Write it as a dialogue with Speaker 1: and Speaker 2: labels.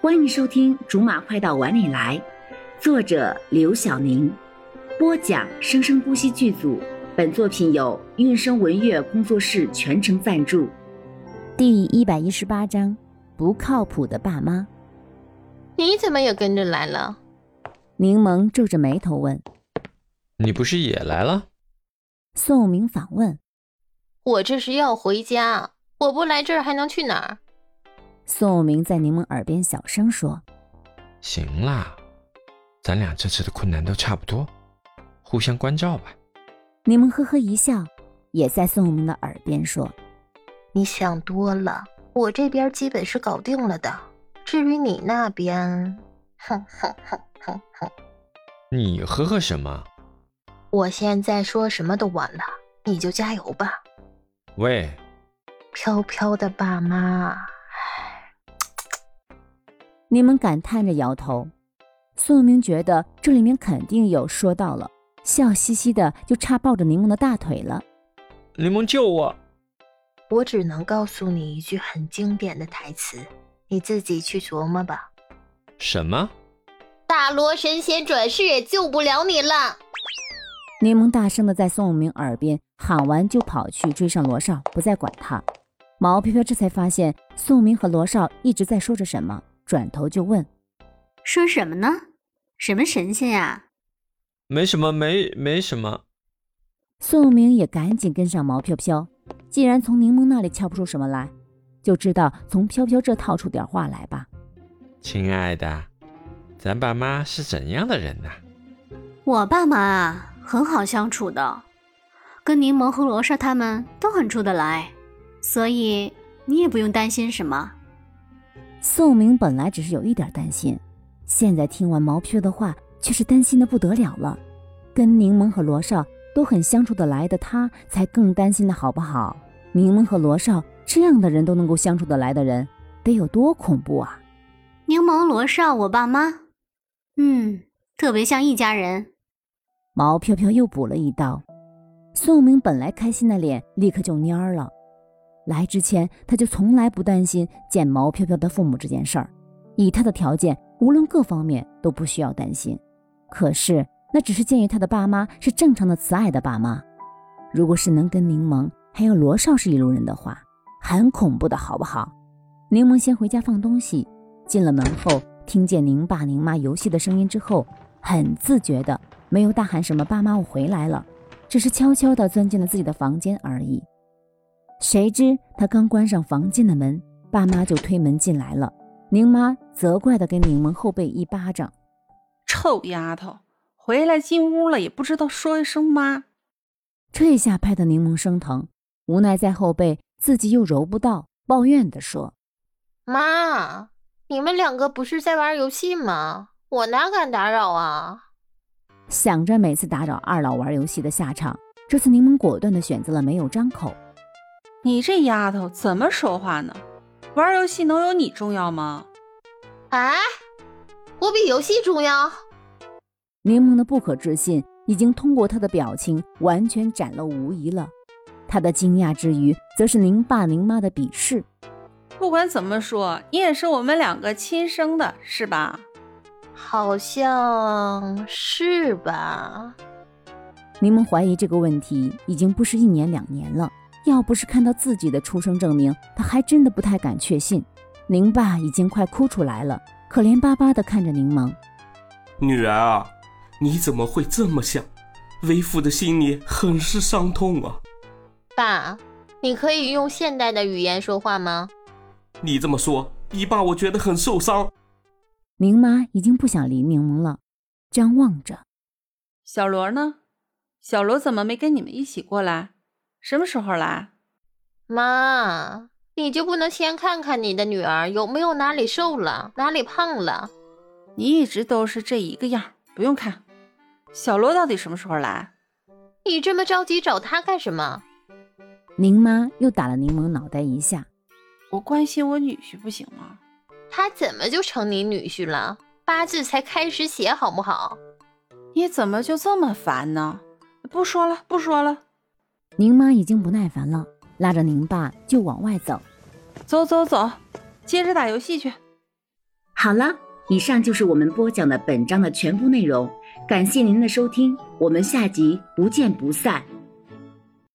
Speaker 1: 欢迎收听《竹马快到碗里来》，作者刘晓宁，播讲生生不息剧组。本作品由韵声文乐工作室全程赞助。
Speaker 2: 第一百一十八章：不靠谱的爸妈。
Speaker 3: 你怎么也跟着来了？
Speaker 2: 柠檬皱着眉头问。
Speaker 4: 你不是也来了？
Speaker 2: 宋明反问。
Speaker 3: 我这是要回家，我不来这儿还能去哪儿？
Speaker 2: 宋明在柠檬耳边小声说
Speaker 4: 行啦，咱俩这次的困难都差不多，互相关照吧。：“
Speaker 2: 柠檬呵呵一笑，也在宋明的耳边说。
Speaker 3: 你想多了，我这边基本是搞定了的。至于你那边，哼哼哼哼哼，
Speaker 4: 你呵呵什么？
Speaker 3: 我现在说什么都晚了，你就加油吧。
Speaker 4: 喂，
Speaker 3: 飘飘的爸妈，
Speaker 2: 柠檬感叹着摇头。宋明觉得这里面肯定有说到了，笑嘻嘻的就差抱着柠檬的大腿了。
Speaker 4: 柠檬救我！
Speaker 3: 我只能告诉你一句很经典的台词，你自己去琢磨吧。
Speaker 4: 什么？
Speaker 3: 大罗神仙转世也救不了你了。
Speaker 2: 柠檬大声的在宋明耳边喊完，就跑去追上罗少，不再管他。毛飘飘这才发现宋明和罗少一直在说着什么，转头就问。
Speaker 5: 说什么呢？什么神仙呀、
Speaker 4: 没什么，没没什么。
Speaker 2: 宋明也赶紧跟上毛飘飘。既然从柠檬那里撬不出什么来，就知道从飘飘这套出点话来吧。
Speaker 4: 亲爱的，咱爸妈是怎样的人呐、
Speaker 5: 我爸妈啊，很好相处的，跟柠檬和罗莎他们都很处得来，所以你也不用担心什么。
Speaker 2: 宋明本来只是有一点担心，现在听完毛飘的话，却是担心的不得了了。跟柠檬和罗少都很相处得来的他，才更担心的好不好？柠檬和罗少这样的人都能够相处得来的人，得有多恐怖啊！
Speaker 5: 柠檬、罗莎，我爸妈，嗯，特别像一家人。
Speaker 2: 毛飘飘又补了一刀。宋明本来开心的脸立刻就蔫儿了。来之前，他就从来不担心见毛飘飘的父母这件事儿，以他的条件，无论各方面都不需要担心。可是，那只是鉴于他的爸妈是正常的慈爱的爸妈，如果是能跟柠檬还有罗少是一路人的话，很恐怖的好不好？柠檬先回家放东西，进了门后，听见宁爸宁妈游戏的声音之后，很自觉的没有大喊什么“爸妈，我回来了”，只是悄悄地钻进了自己的房间而已。谁知他刚关上房间的门，爸妈就推门进来了。宁妈责怪地给柠檬后背一巴掌。
Speaker 6: 臭丫头，回来进屋了也不知道说一声妈。
Speaker 2: 这下拍得柠檬生疼，无奈在后背自己又揉不到，抱怨地说
Speaker 3: 妈，你们两个不是在玩游戏吗？我哪敢打扰啊！
Speaker 2: 想着每次打扰二老玩游戏的下场，这次柠檬果断地选择了没有张口。
Speaker 6: 你这丫头怎么说话呢？玩游戏能有你重要吗？
Speaker 3: 啊，我比游戏重要？
Speaker 2: 柠檬的不可置信已经通过他的表情完全展露无遗了。他的惊讶之余，则是宁爸宁妈的鄙视。
Speaker 6: 不管怎么说，你也是我们两个亲生的，是吧？
Speaker 3: 好像是吧？
Speaker 2: 柠檬怀疑这个问题已经不是一年两年了，要不是看到自己的出生证明，他还真的不太敢确信。宁爸已经快哭出来了，可怜巴巴地看着柠檬。
Speaker 7: 女儿啊，你怎么会这么想？为父的心里很是伤痛啊！
Speaker 3: 爸，你可以用现代的语言说话吗？
Speaker 7: 你这么说，一爸我觉得很受伤。
Speaker 2: 宁妈已经不想理柠檬了，张望着。
Speaker 6: 小罗呢？小罗怎么没跟你们一起过来？什么时候来？
Speaker 3: 妈，你就不能先看看你的女儿有没有哪里瘦了，哪里胖了？
Speaker 6: 你一直都是这一个样儿，不用看。小罗到底什么时候来？
Speaker 3: 你这么着急找她干什么？
Speaker 2: 宁妈又打了柠檬脑袋一下。
Speaker 6: 我关心我女婿不行吗？
Speaker 3: 她怎么就成你女婿了？八字才开始写，好不好？
Speaker 6: 你怎么就这么烦呢？不说了，不说了，
Speaker 2: 宁妈已经不耐烦了，拉着宁爸就往外走。
Speaker 6: 走走走，接着打游戏去。
Speaker 2: 好了，以上就是我们播讲的本章的全部内容，感谢您的收听，我们下集不见不散。